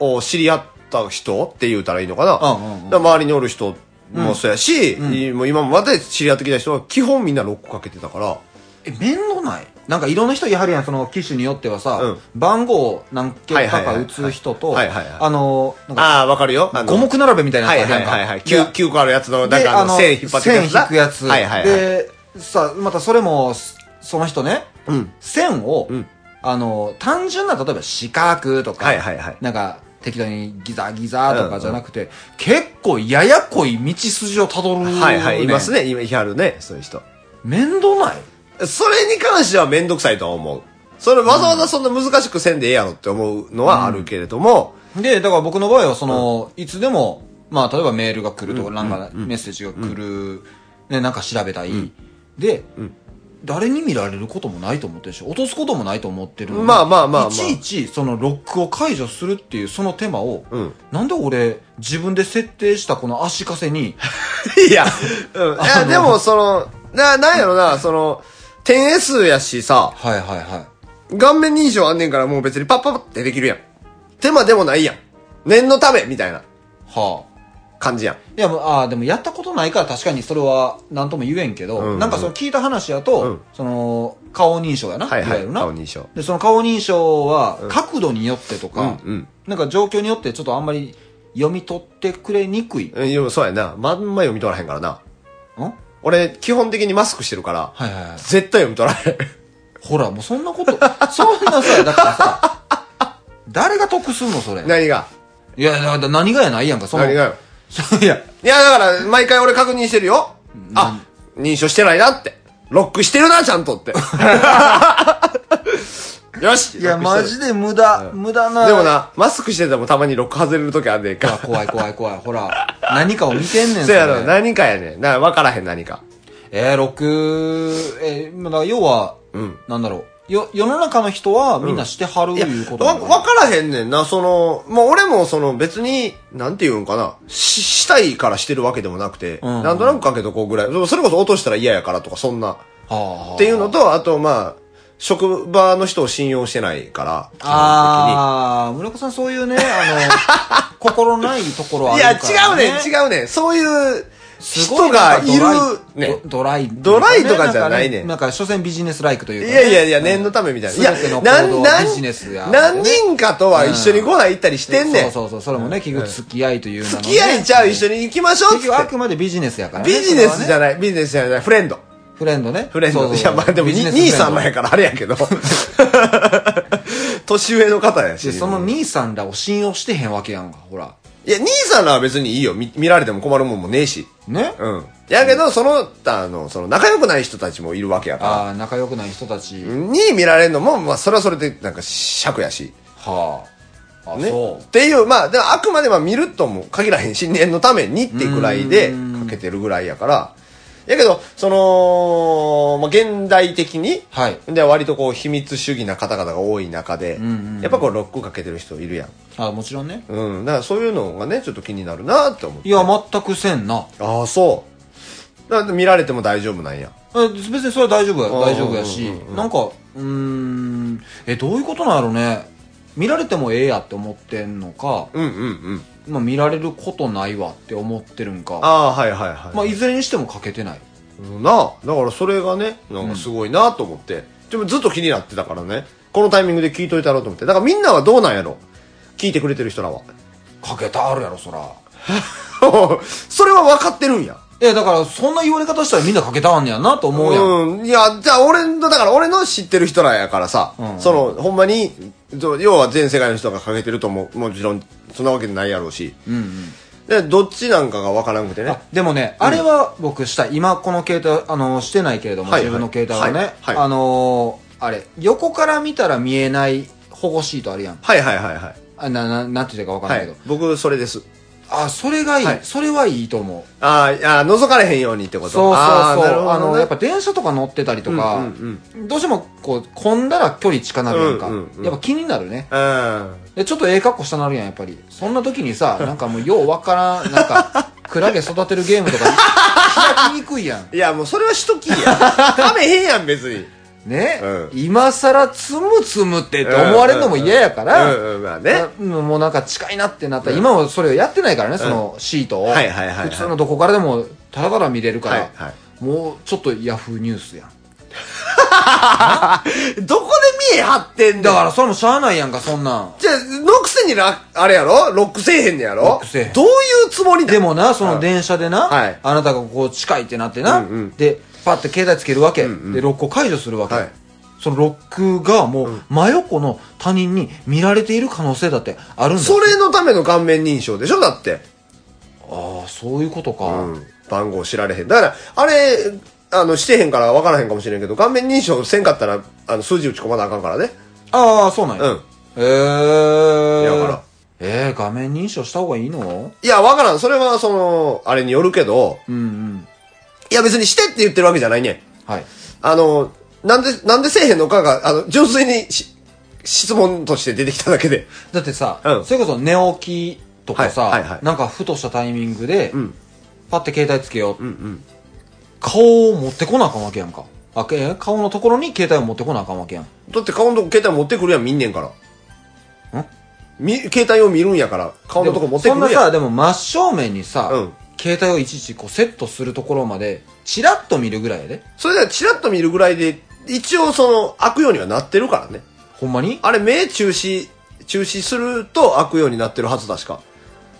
Speaker 5: お知り合った人って言うたらいいのかな。
Speaker 6: うんうんうん
Speaker 5: だから周りにおる人もそうやし、いもう今まで知り合ってきた人は基本みんなロックかけてたから。
Speaker 6: あ。え、面倒ないなんかいろんな人やはりやん、その機種によってはさ、
Speaker 5: うん
Speaker 6: 番号を何
Speaker 5: はい
Speaker 6: 桁
Speaker 5: はいは
Speaker 6: か
Speaker 5: い
Speaker 6: 打つ人と、
Speaker 5: はいはいはい
Speaker 6: あの、なんか、
Speaker 5: ああ、わかるよ。あの
Speaker 6: 五目並べみたいな
Speaker 5: は
Speaker 6: や
Speaker 5: い
Speaker 6: つある
Speaker 5: は
Speaker 6: やん
Speaker 5: い
Speaker 6: か。
Speaker 5: はいはい。9、九個あるやつの、なん
Speaker 6: で
Speaker 5: かあ
Speaker 6: あ
Speaker 5: の、
Speaker 6: の、
Speaker 5: 線引っ張ってくやつな。
Speaker 6: 線引くやつ。
Speaker 5: はいはいはい。
Speaker 6: で、さ、またそれも、すその人ね、
Speaker 5: うん
Speaker 6: 線を、
Speaker 5: ん
Speaker 6: あの、単純な、例えば四角とか、
Speaker 5: はいはいはい
Speaker 6: なんか、適当にギザギザとかじゃなくて、結構ややこい道筋をたどる、
Speaker 5: はいはい、います
Speaker 6: ね。
Speaker 5: ね。今、いはるね、そういう人。
Speaker 6: 面倒ない
Speaker 5: それに関してはめんどくさいとは思う。それわざわざそんな難しくせんでええやろって思うのはあるけれども、
Speaker 6: で、だから僕の場合は、その、いつでも、まあ、例えばメールが来るとか、なんかメッセージが来る、ね、なんか調べたい。で、誰に見られることもないと思ってるし、落とすこともないと思ってるのに
Speaker 5: まあまあまあまあ
Speaker 6: いちいち、そのロックを解除するっていう、その手間を、
Speaker 5: うん
Speaker 6: なんで俺、自分で設定したこの足か
Speaker 5: *laughs*
Speaker 6: せに、
Speaker 5: いや、
Speaker 6: *laughs*
Speaker 5: うん、いやでもその、な、なんやろな、その、点 S やしさ、
Speaker 6: はいはいは。
Speaker 5: 顔面認証あんねんからもう別にパッパッパってできるやん。手間でもないやん。念のため、みたいない
Speaker 6: はあ。
Speaker 5: 感じやん。
Speaker 6: いや、もうああ、でもやったことないから確かにそれは何とも言えんけど、
Speaker 5: うんうん
Speaker 6: なんかその聞いた話やと、
Speaker 5: うん
Speaker 6: その、顔認証やな、
Speaker 5: はい
Speaker 6: わ
Speaker 5: は
Speaker 6: ゆ
Speaker 5: い、
Speaker 6: るな。
Speaker 5: 顔認証。
Speaker 6: で、その顔認証は、角度によってとか、
Speaker 5: うんうん
Speaker 6: なんか状況によってちょっとあんまり読み取ってくれにくい。ん
Speaker 5: うん、いやそうやな。まんま読み取らへんからな。
Speaker 6: はい
Speaker 5: 俺、基本的にマスクしてるから、
Speaker 6: はいはい。
Speaker 5: 絶対読み取らへん。
Speaker 6: ほら、もうそんなこと、 *laughs* そんなさ、だからさ、誰が得すんのそれ。
Speaker 5: 何が
Speaker 6: いや、だから何がやないやんか、その。
Speaker 5: 何がよ。
Speaker 6: そう *laughs*
Speaker 5: *laughs*
Speaker 6: いや、
Speaker 5: いや、だから、毎回俺確認してるよ。あ、認証してないなって。ロックしてるな、ちゃん
Speaker 6: *laughs*
Speaker 5: とって。よし。
Speaker 6: いや、マジ
Speaker 5: で。
Speaker 6: で無駄、無駄な。
Speaker 5: でも。な、マスクしててもたまにロック外れる時あんねんか。
Speaker 6: 怖い怖い怖い、ほら、何かを見てん
Speaker 5: *laughs*
Speaker 6: ねん
Speaker 5: そうやろ、
Speaker 6: れ
Speaker 5: 何かやねん。な、わからへん、何か。
Speaker 6: えー、6、えー、まあだから要は、
Speaker 5: ん
Speaker 6: なんだろう。よ、世の中の人はみんなしてはる、
Speaker 5: いや
Speaker 6: いうこ、とな
Speaker 5: わ、
Speaker 6: のかな
Speaker 5: わからへんねんな、その、まあ、俺もその別に、なんて言うんかな、し、したいからしてるわけでもなくて、
Speaker 6: ん
Speaker 5: なんとなくかけとこうぐらい。でもそれこそ落としたら嫌やからとか、そんな。
Speaker 6: はあ
Speaker 5: っていうのと、あと、まあ、職場の人を信用してないから、基本
Speaker 6: ああ、村子さんそういうね、
Speaker 5: *laughs*
Speaker 6: あの、心ないところはあ
Speaker 5: 的に。い
Speaker 6: る
Speaker 5: や、
Speaker 6: から、
Speaker 5: 違うねん、違うねん。そういう
Speaker 6: すご
Speaker 5: 人がいるねん。
Speaker 6: ドドライ。
Speaker 5: ドライとかじゃないね
Speaker 6: なんか、なんか所詮ビジネスライクというか、
Speaker 5: い
Speaker 6: ね。
Speaker 5: やいやいや、念のためみたいな。いや
Speaker 6: 全ての、行動
Speaker 5: 何、
Speaker 6: はビジネスや
Speaker 5: 何、何人かとは一緒にご飯行ったりしてんね
Speaker 6: そ
Speaker 5: ん。
Speaker 6: うそうそう、それもね、結局付き合いという名のね
Speaker 5: 付き合いちゃう、一緒に行きましょうっつ
Speaker 6: 結
Speaker 5: っ
Speaker 6: 局あ
Speaker 5: て。
Speaker 6: くまでビジネスやからね。
Speaker 5: ビジネスじゃ
Speaker 6: ん。
Speaker 5: ない、ビジネスじゃない、フレンド。
Speaker 6: フレンドね。
Speaker 5: フレン
Speaker 6: そ
Speaker 5: ド。
Speaker 6: うそう
Speaker 5: い
Speaker 6: そう
Speaker 5: や、まあでも、
Speaker 6: ビジネス
Speaker 5: 兄さん
Speaker 6: フ
Speaker 5: の
Speaker 6: レン
Speaker 5: や
Speaker 6: ド
Speaker 5: からあれやけ
Speaker 6: *laughs*
Speaker 5: ど。年上の方や
Speaker 6: で
Speaker 5: し。
Speaker 6: その兄さんらを信用してへんわけやんか、ほら。
Speaker 5: いや、兄さんらは別にいいよ。見見られても困るもんもねえし。
Speaker 6: ね、
Speaker 5: うん。やけど、その、あの、その、仲良くない人たちもいるわけやか
Speaker 6: ああ、仲良くない人たち。
Speaker 5: ら。に見られるのも、まあ、それはそれで、なんか、尺やし。
Speaker 6: はあ。あ、
Speaker 5: ね。
Speaker 6: そ
Speaker 5: っていう、まあ、でもあくまでまあ見るとも限らへんし、念のためにってぐらいでかけてるぐらいやから。やけど、その、まあ、現代的に、
Speaker 6: はい
Speaker 5: で、割とこう、秘密主義な方々が多い中で、
Speaker 6: んうん
Speaker 5: やっぱこう、ロックかけてる人いるやん。
Speaker 6: う。あもちろんね。
Speaker 5: うん。だからそういうのがね、ちょっと気になるなって思って。
Speaker 6: いや、全くせんな。
Speaker 5: ああ、そう。だから見られても大丈夫なんや。
Speaker 6: え別にそれは大丈夫や
Speaker 5: ん
Speaker 6: 大丈夫やし
Speaker 5: うんうん
Speaker 6: なんかうーんえどういうことなんやろね見られてもええやって思ってんのか、
Speaker 5: うんうんうん。
Speaker 6: まあ、見られることないわって思ってるんか
Speaker 5: ああ、はいはいはい。
Speaker 6: まあ、いずれにしても欠けてない
Speaker 5: なあだからそれがねなんかすごいなと思って、でもずっと気になってたからねこのタイミングで聞いといたろうと思ってだからみんなはどうなんやろ聞いてくれてる人らは *laughs*
Speaker 6: かけたあるやろ、そら。
Speaker 5: それは分かってるんや
Speaker 6: いや、だから、そんな言われ方したらみんなかけたあんねやなと思うやん。
Speaker 5: うん。いや、じゃあ俺の、だから俺の知ってる人らやからさ、
Speaker 6: ん
Speaker 5: その、ほんまに、そう要は全世界の人がかけてるとも、もちろん、そんなわけないやろうし。で、どっちなんかがわからなくてね
Speaker 6: あ。でもね、あれは僕したい今この携帯あのしてないけれども、
Speaker 5: はいはい
Speaker 6: 自分の携帯はね、
Speaker 5: はいはい
Speaker 6: あのーあれ横から見たら見えない保護シートあるやん
Speaker 5: はいはいはいはい。
Speaker 6: あなななんていうかわかん
Speaker 5: は
Speaker 6: ないけ
Speaker 5: い
Speaker 6: ど、、
Speaker 5: 僕、それです。
Speaker 6: あそれがいい、
Speaker 5: はい
Speaker 6: それはいいと思う
Speaker 5: あーあー、覗かれへんようにってこと
Speaker 6: そうそうそう
Speaker 5: あーなるほど
Speaker 6: あの
Speaker 5: ね
Speaker 6: やっぱ電車とか乗ってたりとか、
Speaker 5: うん
Speaker 6: どうしてもこう混んだら距離近なるやんか、
Speaker 5: うんうんうん
Speaker 6: やっぱ気になるね
Speaker 5: うん。
Speaker 6: でちょっとええ格好したなるやんやっぱりそんな時にさなんかもうようわからんなんかクラゲ育てるゲームとか *laughs* 開きにくいやん
Speaker 5: いや、もうそれはしときや。食べへんやん、別に。
Speaker 6: ね、
Speaker 5: う
Speaker 6: 今さらつむつむってって思われるのも嫌やから、
Speaker 5: うんうん、まあね。
Speaker 6: なもうなんか近いなってなったら、今はそれをやってないからね、そのシートを、
Speaker 5: はいはいはいはい
Speaker 6: 普通のどこからでもただただ見れるから、
Speaker 5: はいは
Speaker 6: もうちょっとヤフーニュースやん
Speaker 5: どこで見え張ってんだ
Speaker 6: だ
Speaker 5: か。
Speaker 6: かららそれもしゃあないやんかそんなん
Speaker 5: じゃあ、のくせにな、あれやろロックせえへんねやろ
Speaker 6: ロックせえへん
Speaker 5: どういうつもり
Speaker 6: でもなその
Speaker 5: で、
Speaker 6: 電車でな、
Speaker 5: はい
Speaker 6: あなたがこう近いってなってな、
Speaker 5: うんうん
Speaker 6: でパッて携帯つけるわけ、でロックを解除するわけ、
Speaker 5: はい
Speaker 6: そのロックがもう真横の他人に見られている可能性だってあるんだ
Speaker 5: それのための顔面認証でしょだって。
Speaker 6: ああそういうことか、
Speaker 5: うん。番号知られへん。だから、あれ、あの、してへんから分からへんかもしれんけど、顔面認証せんかったら、あの、数字打ち込まなあかんからね。
Speaker 6: ああ、そうなんや。
Speaker 5: うん。
Speaker 6: えー。
Speaker 5: だから
Speaker 6: えー、画面認証した方がいいの
Speaker 5: いや、分からん。それは、その、あれによるけど、
Speaker 6: うんうん。
Speaker 5: いや、別にしてって言ってるわけじゃないねん。
Speaker 6: はい。
Speaker 5: あの、なんで、なんでせえへんのかが、あの、純粋にし、質問として出てきただけで。
Speaker 6: だってさ、
Speaker 5: うん
Speaker 6: それこそ寝起きとかさ、
Speaker 5: はいはいはい
Speaker 6: なんかふとしたタイミングで、
Speaker 5: ん
Speaker 6: パッて携帯つけよう、
Speaker 5: うんうん。
Speaker 6: 顔を持ってこなあかんわけやんか。あけ顔のところに携帯を持ってこなあかんわけやん。
Speaker 5: だって顔のとこ携帯持ってくるやん、見んねんから。
Speaker 6: ん
Speaker 5: み、携帯を見るんやから、顔のとこ持ってく
Speaker 6: でも
Speaker 5: る
Speaker 6: そんな
Speaker 5: や
Speaker 6: さ、
Speaker 5: ん。
Speaker 6: でも真正面にさ、
Speaker 5: うん
Speaker 6: 携帯をいちいちこうセットするところまで、チラッと見るぐらいやで。
Speaker 5: それでチラッと見るぐらいで、一応その、開くようにはなってるからね。
Speaker 6: ほんまに
Speaker 5: あれ、目中止、中止すると開くようになってるはずだしか。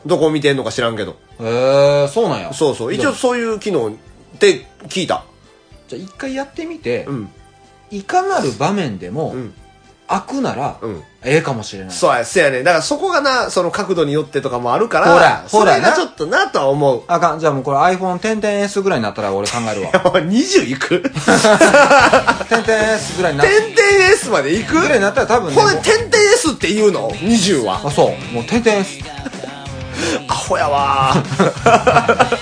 Speaker 5: どこ見てんのか知らんけど。
Speaker 6: えー、そうなんや。
Speaker 5: そうそう。一応
Speaker 6: じゃ
Speaker 5: そういう機能って聞いた。
Speaker 6: あじゃあ一回やってみて、
Speaker 5: うん。
Speaker 6: いかなる場面でも、
Speaker 5: ん
Speaker 6: 開くなら、
Speaker 5: うん
Speaker 6: ええかもしれない。
Speaker 5: そうや、せやね。だからそこがな、その角度によってとかもあるから、
Speaker 6: ほら
Speaker 5: そ
Speaker 6: ほら
Speaker 5: れが
Speaker 6: な
Speaker 5: ちょっとなとは思う。 *laughs*
Speaker 6: あかん。じゃあもうこれ iPhone 点々 S ぐらいになったら俺考えるわ。
Speaker 5: 20いく
Speaker 6: 点々 S ぐらいになっ
Speaker 5: 点々 S までいく
Speaker 6: ぐらいになったら多分ね
Speaker 5: こ
Speaker 6: も
Speaker 5: れ
Speaker 6: う
Speaker 5: 点々 S って言うの ?20 は
Speaker 6: あ、そう。もう点々 S。
Speaker 5: アホやわ
Speaker 6: *laughs*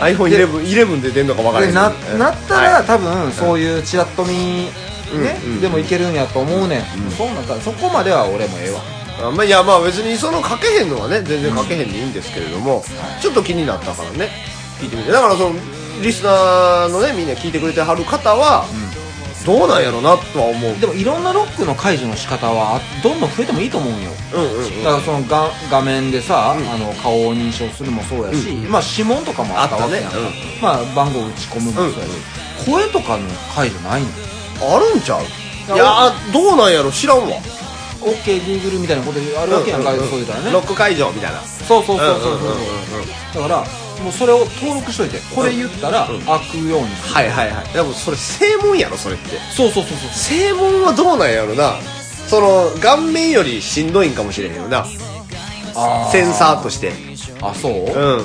Speaker 5: iPhone11 11で出んのか分からへ
Speaker 6: で
Speaker 5: ん
Speaker 6: な、なったら、
Speaker 5: はい
Speaker 6: 多分そういうチラッと見、ね、でもいけるんやと思うねん。そうなったら、そこまでは俺もええわ。
Speaker 5: あまあいやまあ別にその書けへんのはね全然書けへんでいいんですけれどもちょっと気になったからね聞いてみてだからそのリスナーのねみんな聞いてくれてはる方は、どうなんやろなとは思う
Speaker 6: でもいろんなロックの解除の仕方は、どんどん増えてもいいと思うんよ。
Speaker 5: うんうんうん
Speaker 6: だからその画画面でさ、あの顔を認証するもそうやし、まあ指紋とかもあったわけやんか
Speaker 5: あったね
Speaker 6: まあ番号打ち込むもそうやし、声とかの解除ないの
Speaker 5: あるんちゃういやーどうなんやろ知らんわ
Speaker 6: OKGoogle みたいなことあるわけやんか、そういうたらね
Speaker 5: ロック解除みたいな
Speaker 6: そうそうそうそうそう,、
Speaker 5: うんうんうん
Speaker 6: だからもうそれを登録しといてこれ言ったら開くようにする、
Speaker 5: はいはいはいでもそれ正門やろそれって
Speaker 6: そうそうそうそう
Speaker 5: 正門はどうなんやろなその顔面よりしんどいんかもしれへんよな
Speaker 6: あ
Speaker 5: センサーとして
Speaker 6: あそう、
Speaker 5: う
Speaker 6: あ
Speaker 5: ん、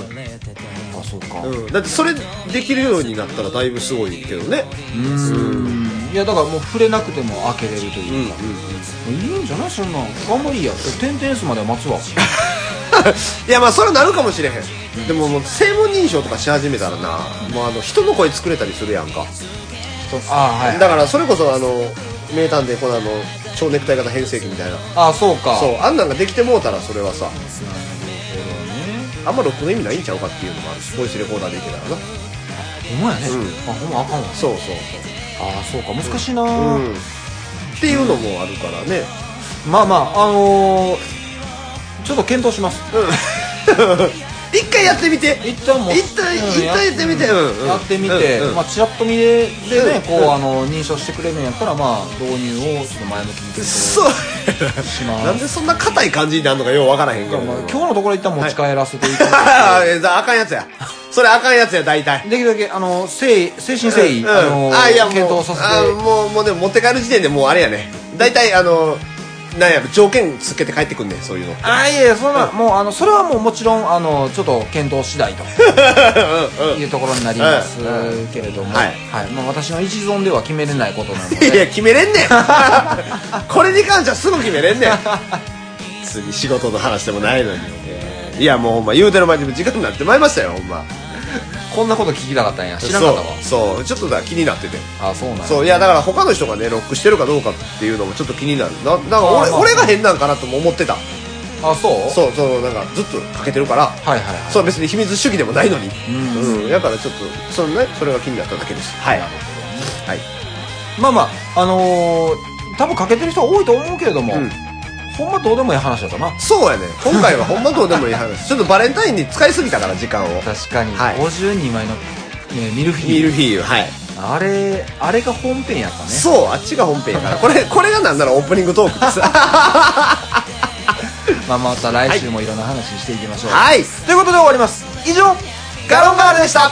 Speaker 6: そうか
Speaker 5: うん、だってそれできるようになったらだいぶすごいけどね *laughs*
Speaker 6: いやだからもう触れなくても開けれるというか、いいんじゃないそんなん頑張りや点々 S までは
Speaker 5: *laughs*
Speaker 6: 待つわ
Speaker 5: いやまあそれはなるかもしれへんでももう正門認証とかし始めたらな、もうあの人の声作れたりするやんか
Speaker 6: あーはい
Speaker 5: だからそれこそあの名探偵コナンの蝶ネクタイ型変声機みたいな
Speaker 6: あそうか
Speaker 5: そうあんなんができてもうたらそれはさあんまロックの意味ないんちゃうかっていうのもあるしボイスレコーダーでいけたらな
Speaker 6: ほんまやね、
Speaker 5: うん
Speaker 6: あほんまあかんわ
Speaker 5: そうそう
Speaker 6: ああそうか難しいな、
Speaker 5: そう、うん、っていうのもあるからね
Speaker 6: まあまああのー、ちょっと検討します
Speaker 5: 一回やってみて
Speaker 6: 一旦もう
Speaker 5: 一旦
Speaker 6: うん
Speaker 5: 一旦やってみてうんうん
Speaker 6: やってみて、
Speaker 5: うんうん
Speaker 6: まあ、チラッと見ででね、
Speaker 5: うん
Speaker 6: こうあの認証してくれるんやったらまあ導入をちょっと前向きにする
Speaker 5: そう
Speaker 6: とします
Speaker 5: なんでそんな硬い感じになるのかようわからへんけど
Speaker 6: まあ今日のところ一旦持ち帰らせていただき
Speaker 5: あ *laughs* あえーあかんやつやそれあかんやつや大体
Speaker 6: できるだけあの誠意精神誠意、
Speaker 5: うん
Speaker 6: あの
Speaker 5: あいやもう
Speaker 6: 検討させ
Speaker 5: あ
Speaker 6: て
Speaker 5: もうもうでも持って帰る時点でもうあれやね大体あのなんや条件つけて帰ってくんねんそういうの
Speaker 6: あいやいやそんな、もうあのそれはもうもちろんあのちょっと検討次第というところになりますけれども、
Speaker 5: はい
Speaker 6: はいまあ、私の一存では決めれないことなの
Speaker 5: いや
Speaker 6: で
Speaker 5: 決めれんねん *laughs* これに関してはすぐ決めれんねん次仕事の話でもないのに、えーいやもうほんま言うてる前に時間になってまいりましたよほんま
Speaker 6: こんなこと聞きたかったんや知らなかったわ
Speaker 5: そうそうちょっとだから気になってて
Speaker 6: あそうなんや
Speaker 5: そういやだから他の人がねロックしてるかどうかっていうのもちょっと気になるななんか
Speaker 6: あー
Speaker 5: 俺,、
Speaker 6: まあ
Speaker 5: 俺が変なんかなとも思ってた
Speaker 6: あそう
Speaker 5: そうそうなんかずっとかけてるから
Speaker 6: はいはいはい
Speaker 5: そう別に秘密主義でもないのにうん、だからちょっとそのねそれが気になっただけですはいはい
Speaker 6: まあまああのー多分かけてる人は多いと思うけれども、
Speaker 5: うん
Speaker 6: ほんまどうでもいい話だったな
Speaker 5: そうやね今回はほんまどうでもいい *laughs* 話ちょっとバレンタインに使いすぎたから時間を
Speaker 6: 確かに、
Speaker 5: はい
Speaker 6: 52枚の、ね、ミルフィーユ
Speaker 5: ミルフィーユはい
Speaker 6: あれあれが本編やったね
Speaker 5: そうあっちが本編やからこれこれがなんならオープニングトークです
Speaker 6: まあまた来週もいろんな話していきましょう、
Speaker 5: はい
Speaker 6: ということで終わります以上
Speaker 5: ガロンガールでした